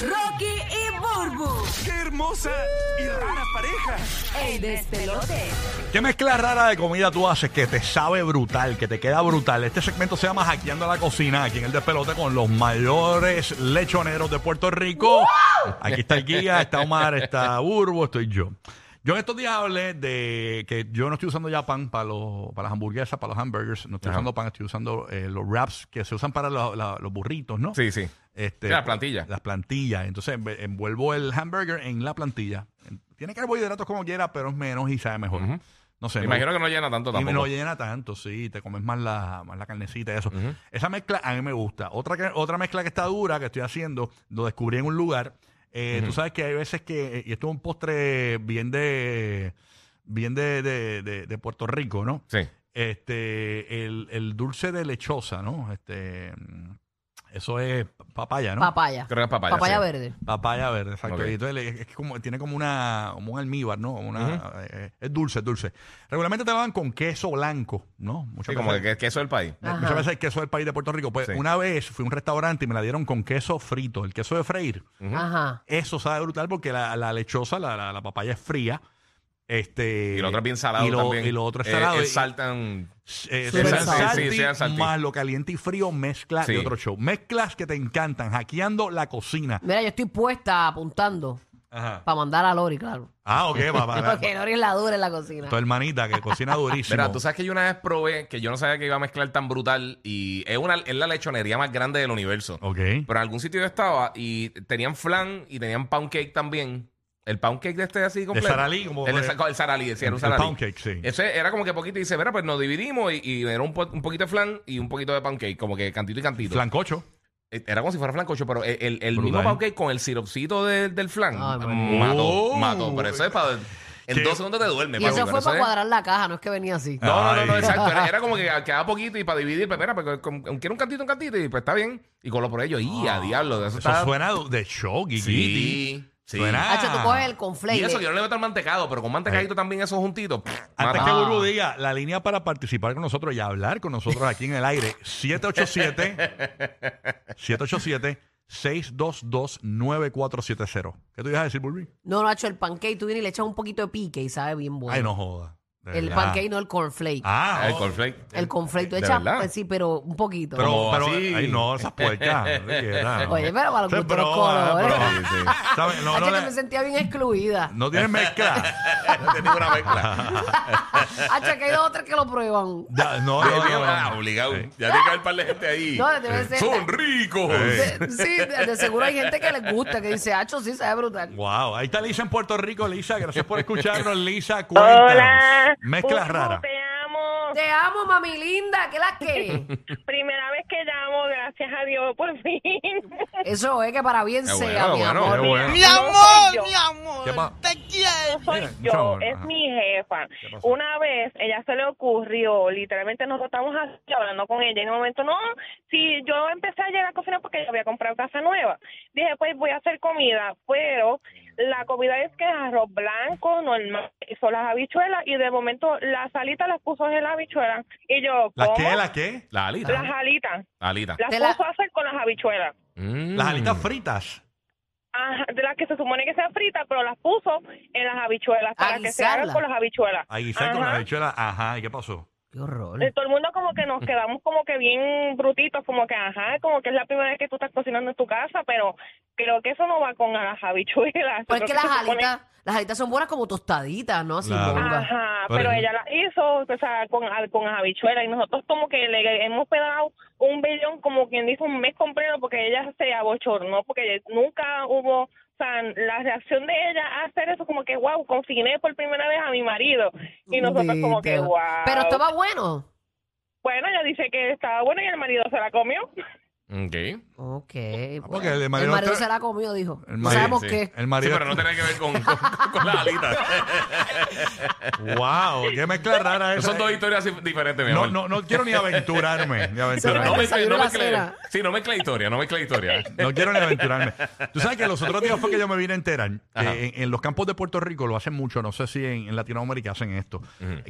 Rocky y Burbu. ¡Qué hermosa y rara pareja! El despelote. ¿Qué mezcla rara de comida tú haces que te sabe brutal, que te queda brutal? Este segmento se llama Hackeando la Cocina, aquí en el despelote con los mayores lechoneros de Puerto Rico. Aquí está el guía, está Omar, está Urbo, estoy yo. Yo en estos días hablé de que yo no estoy usando ya pan para, los- para las hamburguesas, para los hamburgers. No estoy Ajá. usando pan, estoy usando eh, los wraps que se usan para la- la- los burritos, ¿no? Sí, sí. Este, Sí, las plantillas. Las plantillas. Entonces env- envuelvo el hamburger en la plantilla. En- Tiene carbohidratos como quiera, pero es menos y sabe mejor. Ujú. No sé. Me me imagino que no llena tanto y tampoco. no llena tanto, sí, te comes más la, más la carnecita y eso. Ujú. Esa mezcla a mí me gusta. Otra, que- otra mezcla que está dura, que estoy haciendo, lo descubrí en un lugar. Eh, Tú sabes que hay veces que, eh, y esto es un postre bien de bien de, de- de- de Puerto Rico, ¿no? Sí. Este, el, el dulce de lechosa, ¿no? Este, mm, eso es papaya, ¿no? Papaya. Creo que es papaya, sí. verde. Papaya verde, exacto. Ok. Y entonces le- es que como, tiene como una como un almíbar, ¿no? Como Una, eh, es dulce, es dulce. Regularmente te van con queso blanco, ¿no? Muchas Sí, como veces- que, que eso es el país. me- Muchas Ajá. veces el queso del país de Puerto Rico. Pues Sí. una vez fui a un restaurante y me la dieron con queso frito, el queso de freír. Ajá. Eso sabe brutal porque la, la lechosa, la, la- la papaya es fría. Este, Y lo otro es bien salado y lo, también. y lo otro es Eh, salado. eh, y- saltan. eh, Sí, el sí, sí, salti sí, el salti. más lo caliente y frío mezcla de Sí. otro show. Mezclas que te encantan, hackeando la cocina. Mira, yo estoy puesta apuntando Ajá. para mandar a Lori, claro. Ah, ok, papá. Porque Lori es la dura en la cocina. Tu hermanita que cocina durísimo. Mira, tú sabes que yo una vez probé que yo no sabía que iba a mezclar tan brutal y es, una, es la lechonería más grande del universo. Ok. Pero en algún sitio yo estaba y tenían flan y tenían pound cake también. El pound cake de este así completo. Saralí, como- El, de Sa- el Saralí, sí, era un El Saralí. pound cake, sí. Ese era como que poquito y dice, mira, pues nos dividimos y, y era un, po- un poquito de flan y un poquito de pound cake, como que cantito y cantito. Flancocho. Eh, Era como si fuera flancocho, pero eh, el, el- el Brutal. mismo pound cake con el siropcito de- del flan Ay, mató, Oh. mató. Pero eso es para... En ¿Qué? dos segundos te duerme. y eso papi, pero fue para es- cuadrar la caja, no es que venía así. Ah. No, no, no, no, Ay. exacto. Era, era como que quedaba poquito y para dividir, pero mira, pues, con- con- quiero un cantito, un cantito y pues está bien. Y con lo por ello, y a diablo, Ah. eso, Eso está... suena de show, Gigi. Sí, sí. Suena- Hacho, tú coges el Y conflate. eso que yo no le meto el mantecado, pero con mantecadito también eso juntito. pff, Antes mata. que Ah. Burbu diga, la línea para participar con nosotros y hablar con nosotros aquí en el aire, 787 787 622 9470. ¿Qué tú ibas a decir, Burbu? No, no, Hacho, el pancake, tú vienes y le echas un poquito de pique y sabe bien bueno. Ay, no joda. De El verdad. pancake, no el cornflake. Ah, El oh, cornflake. el cornflake, tú ¿De echas, verdad? pues sí, pero un poquito. pero, Como pero, así. ay, no, esas puercas. Oye, Oye, pero para los gustos los colores. ¿Sabes? No, Hacho, no, que le- me sentía bien excluida. no tienes mezcla. No tiene ninguna mezcla. Hacho, que hay otros que lo prueban. Ya, no, Ay, no, Dios, no, ah, no. obligado. Sí. Ya tiene que haber un par de gente ahí. No, debe ser- Son ricos. Sí. De- sí, de, de seguro hay gente que les gusta, que dice, Hacho, sí, sabe brutal. Wow, ahí está Lisa en Puerto Rico, Lisa. Gracias por escucharnos, Lisa. Cuéntanos. Hola. Mezclas Burbu, raras. Te amo. Te amo, mami linda, que la que. Primera vez que llamo, gracias a Dios, por fin. Eso es que para bien Qué sea, bueno, mi qué bueno, amor. qué bueno. Mi No soy yo. amor, mi ¿Qué pa- amor, te quiero. No soy Mira, mucho yo, amor. es Ajá. mi jefa. ¿Qué pasó? Una vez, ella se le ocurrió, literalmente nosotros estábamos así hablando con ella, y en un momento, no, si yo empecé a llegar a cocinar porque yo había comprado casa nueva. Dije, pues voy a hacer comida, pero la comida es que es arroz blanco, normal, hizo las habichuelas, y de momento las alitas las puso en la habichuela. Y yo, ¿La ¿cómo? qué? ¿La qué? La Las alita. alitas, La alita. las Te la- puso a hacer con las habichuelas. Mm. Las alitas fritas. Ajá, de las que se supone que sean fritas, pero las puso en las habichuelas, para que se guisarlas. hagan con las habichuelas. Ahí guisar con Ajá. la habichuela. Ajá, ¿y qué pasó? Qué horror. Eh, Todo el mundo como que Mm. nos quedamos como que bien brutitos, como que, ajá, como que es la primera vez que tú estás cocinando en tu casa, pero creo que eso no va con las habichuelas. Pero es Pues que Creo las que se supone- alitas, las alitas son buenas como tostaditas, ¿no? Así Claro. bonga. Ajá, Pero- pero ella la hizo, o sea, con, al- con habichuelas y nosotros como que le hemos pegado un bellón, como quien dice, un mes completo porque ella se abochornó, porque nunca hubo, o sea, la reacción de ella a hacer eso como que, wow, consigné por primera vez a mi marido y nosotros como que, Bendito. wow. Pero estaba bueno. Bueno, ella dice que estaba buena y el marido se la comió. Ok. Ok. pues. Ah, porque el el marido marido, tra- se la comió, dijo. El No marido- sabemos Sí, sí. qué. El Sí, marido. pero no tiene que ver con, con, con- con las alitas. Wow, qué mezcla rara esa. Son dos historias así diferentes, mi no, amor. no, no quiero ni aventurarme. Ni aventurarme. No Pero me desayuno no la me cena. Sí, no mezcla historia, no mezcla historia. No quiero ni aventurarme. Tú sabes que los otros días fue que yo me vine a enterar. que Ajá. en, en los campos de Puerto Rico lo hacen mucho, no sé si en, en Latinoamérica hacen esto.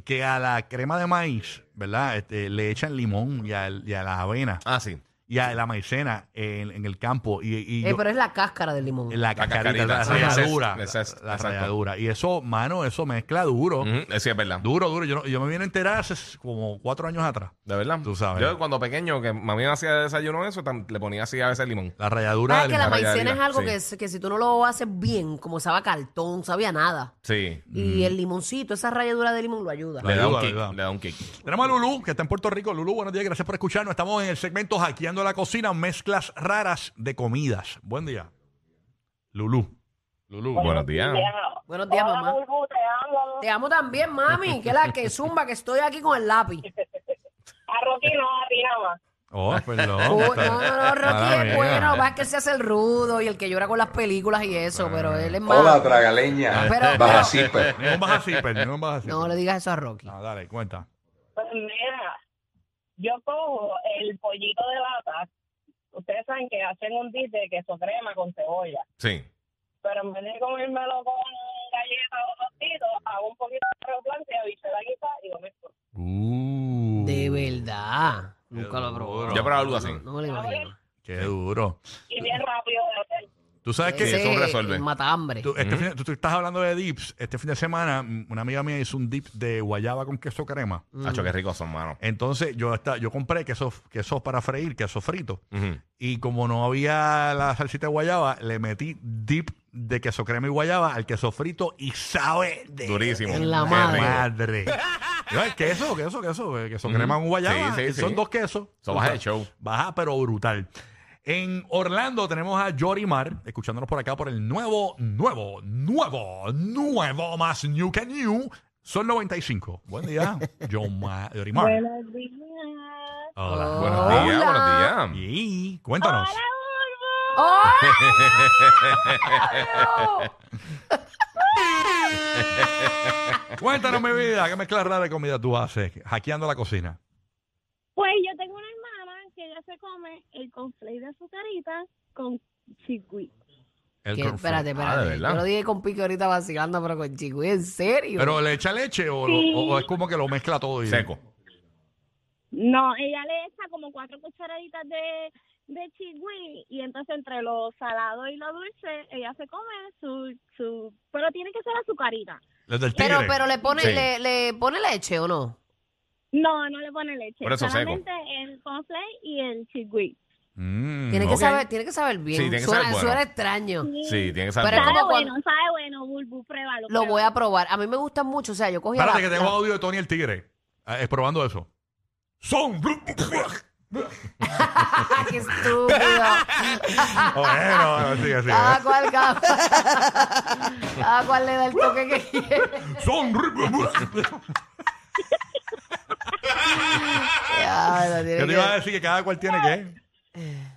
Que a la crema de maíz, ¿verdad? Este, le echan limón y, al- y a la avena. Ah, sí. Y y a la maicena en, en el campo. Y, y Eh, yo- pero es la cáscara del limón. la cascarita, cascarita, la sí, ralladura. el zest, el La zest, ralladura. Y eso, mano, eso mezcla duro. Ujú, Sí, es verdad. Duro, duro. Yo, no- yo me vine a enterar hace como cuatro años atrás. De verdad. Tú sabes. Yo cuando pequeño, que mami me hacía desayuno eso, tam- le ponía así a veces limón. La Ah, ralladura es del que la limón. maicena es algo Sí. que, es- que si tú no lo haces bien, como sabía cartón, sabía nada. Sí. Y el limoncito, esa ralladura de limón lo ayuda. Mm. La- Le da un ayuda, kick. le da. Le da un kick. Tenemos a Lulú, que está en Puerto Rico. Lulú, buenos días, gracias por escucharnos. Estamos en el segmento Hackeando la Cocina, mezclas raras de comidas. Buen día. Lulú. Lulú, buenos días. Buenos días, Hola, mamá. Bulbu, te amo. Te amo también, mami. Que la que zumba, que estoy aquí con el lápiz. A Rocky no, a ti nada más. Oh, perdón. Uy, no, no, no, Rocky Mala es mía. bueno. Lo que pasa es que él se hace el rudo y el que llora con las películas y eso, pero él es Hola, malo. Ah, tragaleña. Pero- Baja zipper. Ni un baja zipper, ni un baja zipper. No le digas eso a Rocky. Ah, dale, cuenta. Pues mira, yo cojo el pollito de lata. Ustedes saben que hacen un dish de queso crema con cebolla. Sí. Pero en vez de comérmelo con galletas o tostitos, hago un poquito de arroz blanco y aviso la guisa y lo mezclo. De verdad. Nunca lo probó. Yo he probado algo así. No, no me lo imagino. Qué duro. Y bien rápido de hacer. Tú sabes que Sí, eso resuelve. Mata hambre. Tú, este fin- tú- tú estás hablando de dips. Este fin de semana, mm, una amiga mía hizo un dip de guayaba con queso crema. Hacho, qué ricos son, mano. Entonces, yo hasta, yo compré queso, queso para freír, queso frito. Ujú. Y como no había la salsita de guayaba, le metí dip de queso crema y guayaba al queso frito y sabe de Durísimo. En la Qué madre. rico. madre. No, es queso, queso, queso, eh, queso crema con guayaba. Sí, sí, Son sí. dos quesos. Eso baja de show. Baja, pero brutal. En Orlando tenemos a Yorimar, escuchándonos por acá por el nuevo, nuevo, nuevo, nuevo, más new que new. Son 95. Buen día, Yoma- Yorimar. Buenos días. Hola. Buenos días, Hola. buenos días. Y cuéntanos. ¡Hola! Cuéntanos mi vida, qué mezcla rara de comida tú haces, hackeando la cocina. Pues yo tengo una hermana que ella se come el conflay de azucarita con chicuí. El Que- cornflake. espérate, Ah, de espérate. verdad. Yo lo dije con Pique ahorita vacilando, pero con Chico, en serio. Pero le echa leche o, lo- Sí. o- o es como que lo mezcla todo y Seco. No, ella le echa como cuatro cucharaditas de, de chigüí y entonces entre lo salado y lo dulce ella se come su, su pero tiene que ser azucarita. Los del tigre. pero, pero le pone, Sí. le, le pone leche o no? No, no le pone leche, Por eso seco. solamente el conflay y el chigüí. Mm, Tiene que ok. saber, tiene que saber bien. Sí, tiene que suena, saber bueno. suena extraño. Sí, tiene que Pero saber. es Sabe bueno. como bueno, cuando- sabe bueno, Bulbu, pruébalo. Lo voy pruébalo. a probar. A mí me gustan mucho. O sea, yo cogí. Espérate la- que tengo la- audio de Tony el tigre. Ah, Es probando eso. Son. ¡Ah, qué estúpido! bueno, sigue, sigue. Ah, cuál cabrón. Ah, cuál le da el toque que quiere. Son. Ya, lo tiene Yo te que- iba a decir que cada cual tiene que. Eh.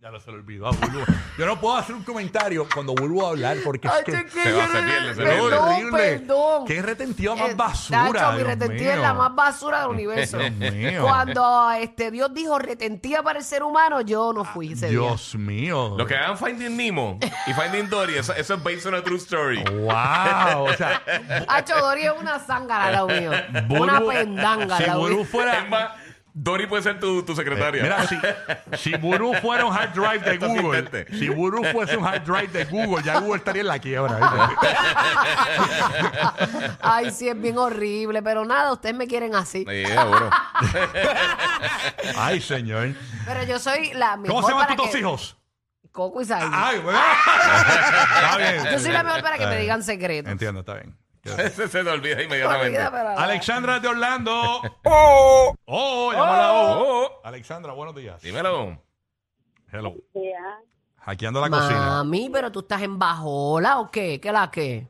Ya lo se lo olvidó a Bulbo. Yo no puedo hacer un comentario cuando vuelvo a hablar porque es Ay, que- yo que Se yo va, no- se pierde, se perdón, Horrible. perdón. Qué retentiva Eh, más Tacho, basura. mi Dios retentiva es mío. la más basura del universo. Dios mío. Cuando este, Dios dijo retentiva para el ser humano, yo no fui ese día. Dios mío. Los que hagan Finding Nemo y Finding Dory, eso, eso es based on a true story. Oh, Wow. O sea, Hacho, Dori es una zángara, lo mío. Una Burbu- pendanga, Si la Burbu mío. fuera. Es más, Dory puede ser tu, tu secretaria. Eh, Mira, si, si Buru fuera un hard drive de Esto sí Google, invente. si Buru fuese un hard drive de Google, ya Google estaría en la quiebra. ¿viste? Ay, sí, es bien horrible. Pero nada, ustedes me quieren así. Sí, seguro. Ay, señor. Pero yo soy la mejor. ¿Cómo se llaman para tus dos que- hijos? Ah, Coco y Saí. Ay, bueno. Está bien. Yo soy la mejor para que me digan secretos. ah, eh, Entiendo, está bien. Ese se te olvida inmediatamente. Olvida, pero- Alexandra de Orlando. Oh, oh, llamó la O. Oh, Alexandra, buenos días. dímelo. Hello. Hackeando la cocina. Mami, pero tú estás en bajola o qué? ¿Qué la qué?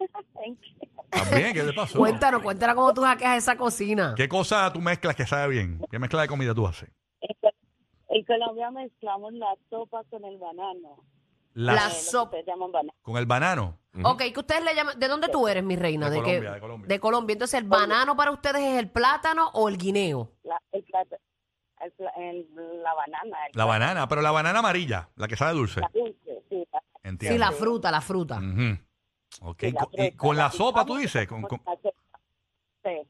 ¿Estás bien? ¿Qué te pasó? Cuéntanos, cuéntanos cómo tú hackeas esa cocina. ¿Qué cosa tú mezclas que sabe bien? ¿Qué mezcla de comida tú haces? En Colombia mezclamos la sopa con el banano. La- La sopa. Ustedes llaman banano. con el banano. Ok, que ustedes le llaman. ¿De dónde tú eres, mi reina? De qué? Colombia, de Colombia. De Colombia. Entonces, ¿el banano para ustedes es el plátano o el guineo? La, el plato, el pla- el- la banana. El La banana, pero la banana amarilla, la que sabe dulce. la dulce, sí, la- Sí, Entiendo. la fruta, la fruta. Ujú. Ok, sí, la co- y fruta, con la sopa picamos tú dices, con, con- con la sopa. Sí.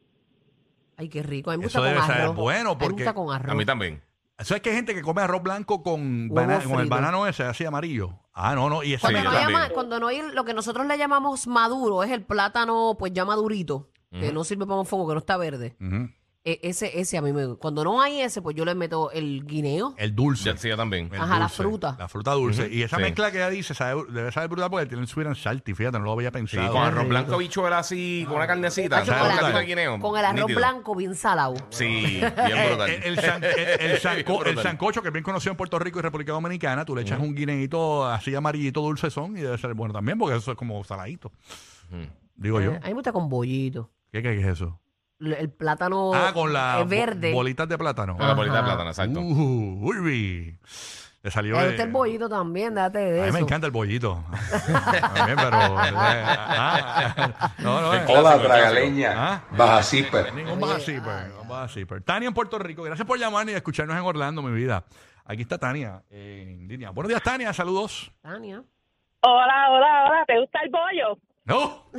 Ay, qué rico. Hay mucha Eso con debe saber arroz. bueno, Hay porque mucha con arroz. A mí también. ¿Sabes que hay gente que come arroz blanco con, Huevo bana- con el frito. banano ese así amarillo? Ah, no, no. Y ese Cuando, Sí, no yo llama- también. cuando no hay lo que nosotros le llamamos maduro, es el plátano, pues ya madurito, que no sirve para un fongo, que no está verde. Ujú. E- ese, ese a mí me Cuando no hay ese, pues yo le meto el guineo. El dulce. Yo, sí, yo también. El Ajá, la dulce, fruta. La fruta dulce. Ujú, Y esa sí. mezcla que ella dice sabe- debe saber brutal porque tiene el sweet and salty. Fíjate, no lo había Sí, pensado. con arroz blanco, bichuela así, con una carnecita. Hacho, ¿sabes? con Un la- caldito de guineo, Con el arroz nítido. blanco bien salado. Sí, Eh, bien brutal. eh, el, san- el- el sanco- Bien el brutal. sancocho, que es bien conocido en Puerto Rico y República Dominicana, tú le echas un guineito así amarillito dulce son y debe ser bueno también porque eso es como saladito. Digo yo. Eh, A mí me gusta con bollito. ¿Qué, qué es eso? L- El plátano Ah, con las eh, verde. bo- bolitas de plátano. Con Ah, la bolita de Ajá. plátano, exacto. Uh, uy, le salió. Me de- gusta el bollito también, date A de mí eso. me encanta el bollito. También, pero. eh, ah, no, no, eh. Hola, clásico, ¿Ah? tragaleña. Baja zipper. Ningún baja zipper, ningún baja zipper. pues. Tania en Puerto Rico, gracias por llamarnos y escucharnos en Orlando, mi vida. Aquí está Tania eh, en línea. Buenos días, Tania, saludos. Tania. Hola, hola, hola, ¿te gusta el bollo? No,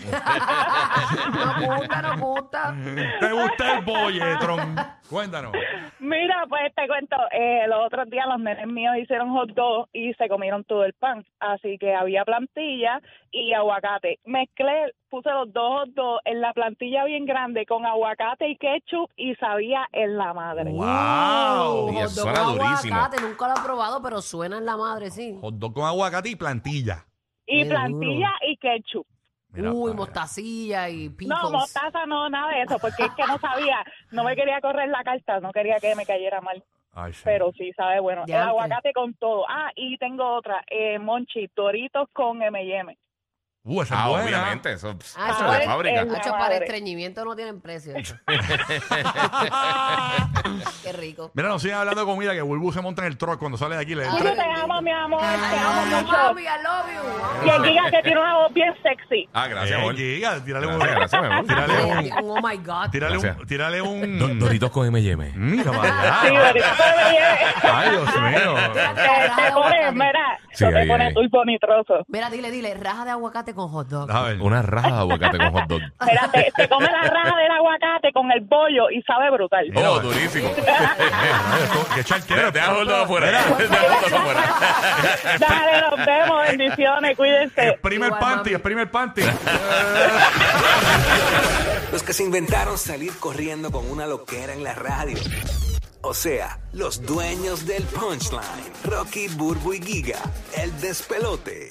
Nos gusta, nos gusta. te gusta el bolletron. Cuéntanos. Mira, pues te cuento, eh, los otros días los nenes míos hicieron hot dog y se comieron todo el pan, así que había plantilla y aguacate. Mezclé, puse los dos hot dogs en la plantilla bien grande con aguacate y ketchup y sabía en la madre. ¡Wow! Y Uh, hot eso dog suena con durísimo. aguacate, Nunca lo he probado, pero suena en la madre, sí. Hot dog con aguacate y plantilla. Y Qué plantilla y ketchup. Mira, Uy, para allá. mostacilla y pickles. No, mostaza, no, nada de eso, porque es que no sabía, no me quería correr la carta, no quería que me cayera mal. Ay, sí. pero sí sabe bueno. Ya, el ok. aguacate con todo. Ah, y tengo otra, eh, Monchi, Doritos con M&M. Uh, esa es Ah, buena. obviamente, eso, pff, Ah, eso eso es de es fábrica. el- Hacho, la para madre. estreñimiento no tienen precio. eso. Qué rico. Mira, nos siguen hablando de comida que Bulbu se monta en el truck cuando sale de aquí. Le Ah, Yo entra- te amo, mi amor, te amo Ay, mucho. mami, I love you. Y el Giga que tiene una voz bien sexy. Ah, Eh, gracias, amor. Giga, tírale un. Gracias, gracias, mi amor. Tírale un. Un oh my God. Tírale un. Gracias. Tírale un. Doritos con M&M. Mira, para Sí, allá. Doritos con ah, M&M. Ay, Dios mío. Te, te pones, mira, Sí, tú te ahí, pones ahí. turbo nitroso. Mira, dile, dile, raja de aguacate con hot dog. A ver. Una raja de aguacate con hot dog. Mira, te, te comes la raja del aguacate con el bollo y sabe brutal. Mira, Oh, durísimo. Eh, Qué charquero. Te deja hot dog afuera. Te deja hot dog afuera. Dale, nos vemos, bendiciones, cuídense. Exprime el eh, Igual, panty, mami. exprime el panty. Los que se inventaron salir corriendo con una loquera en la radio. O sea, los dueños del punchline. Rocky, Burbu y Giga. El despelote.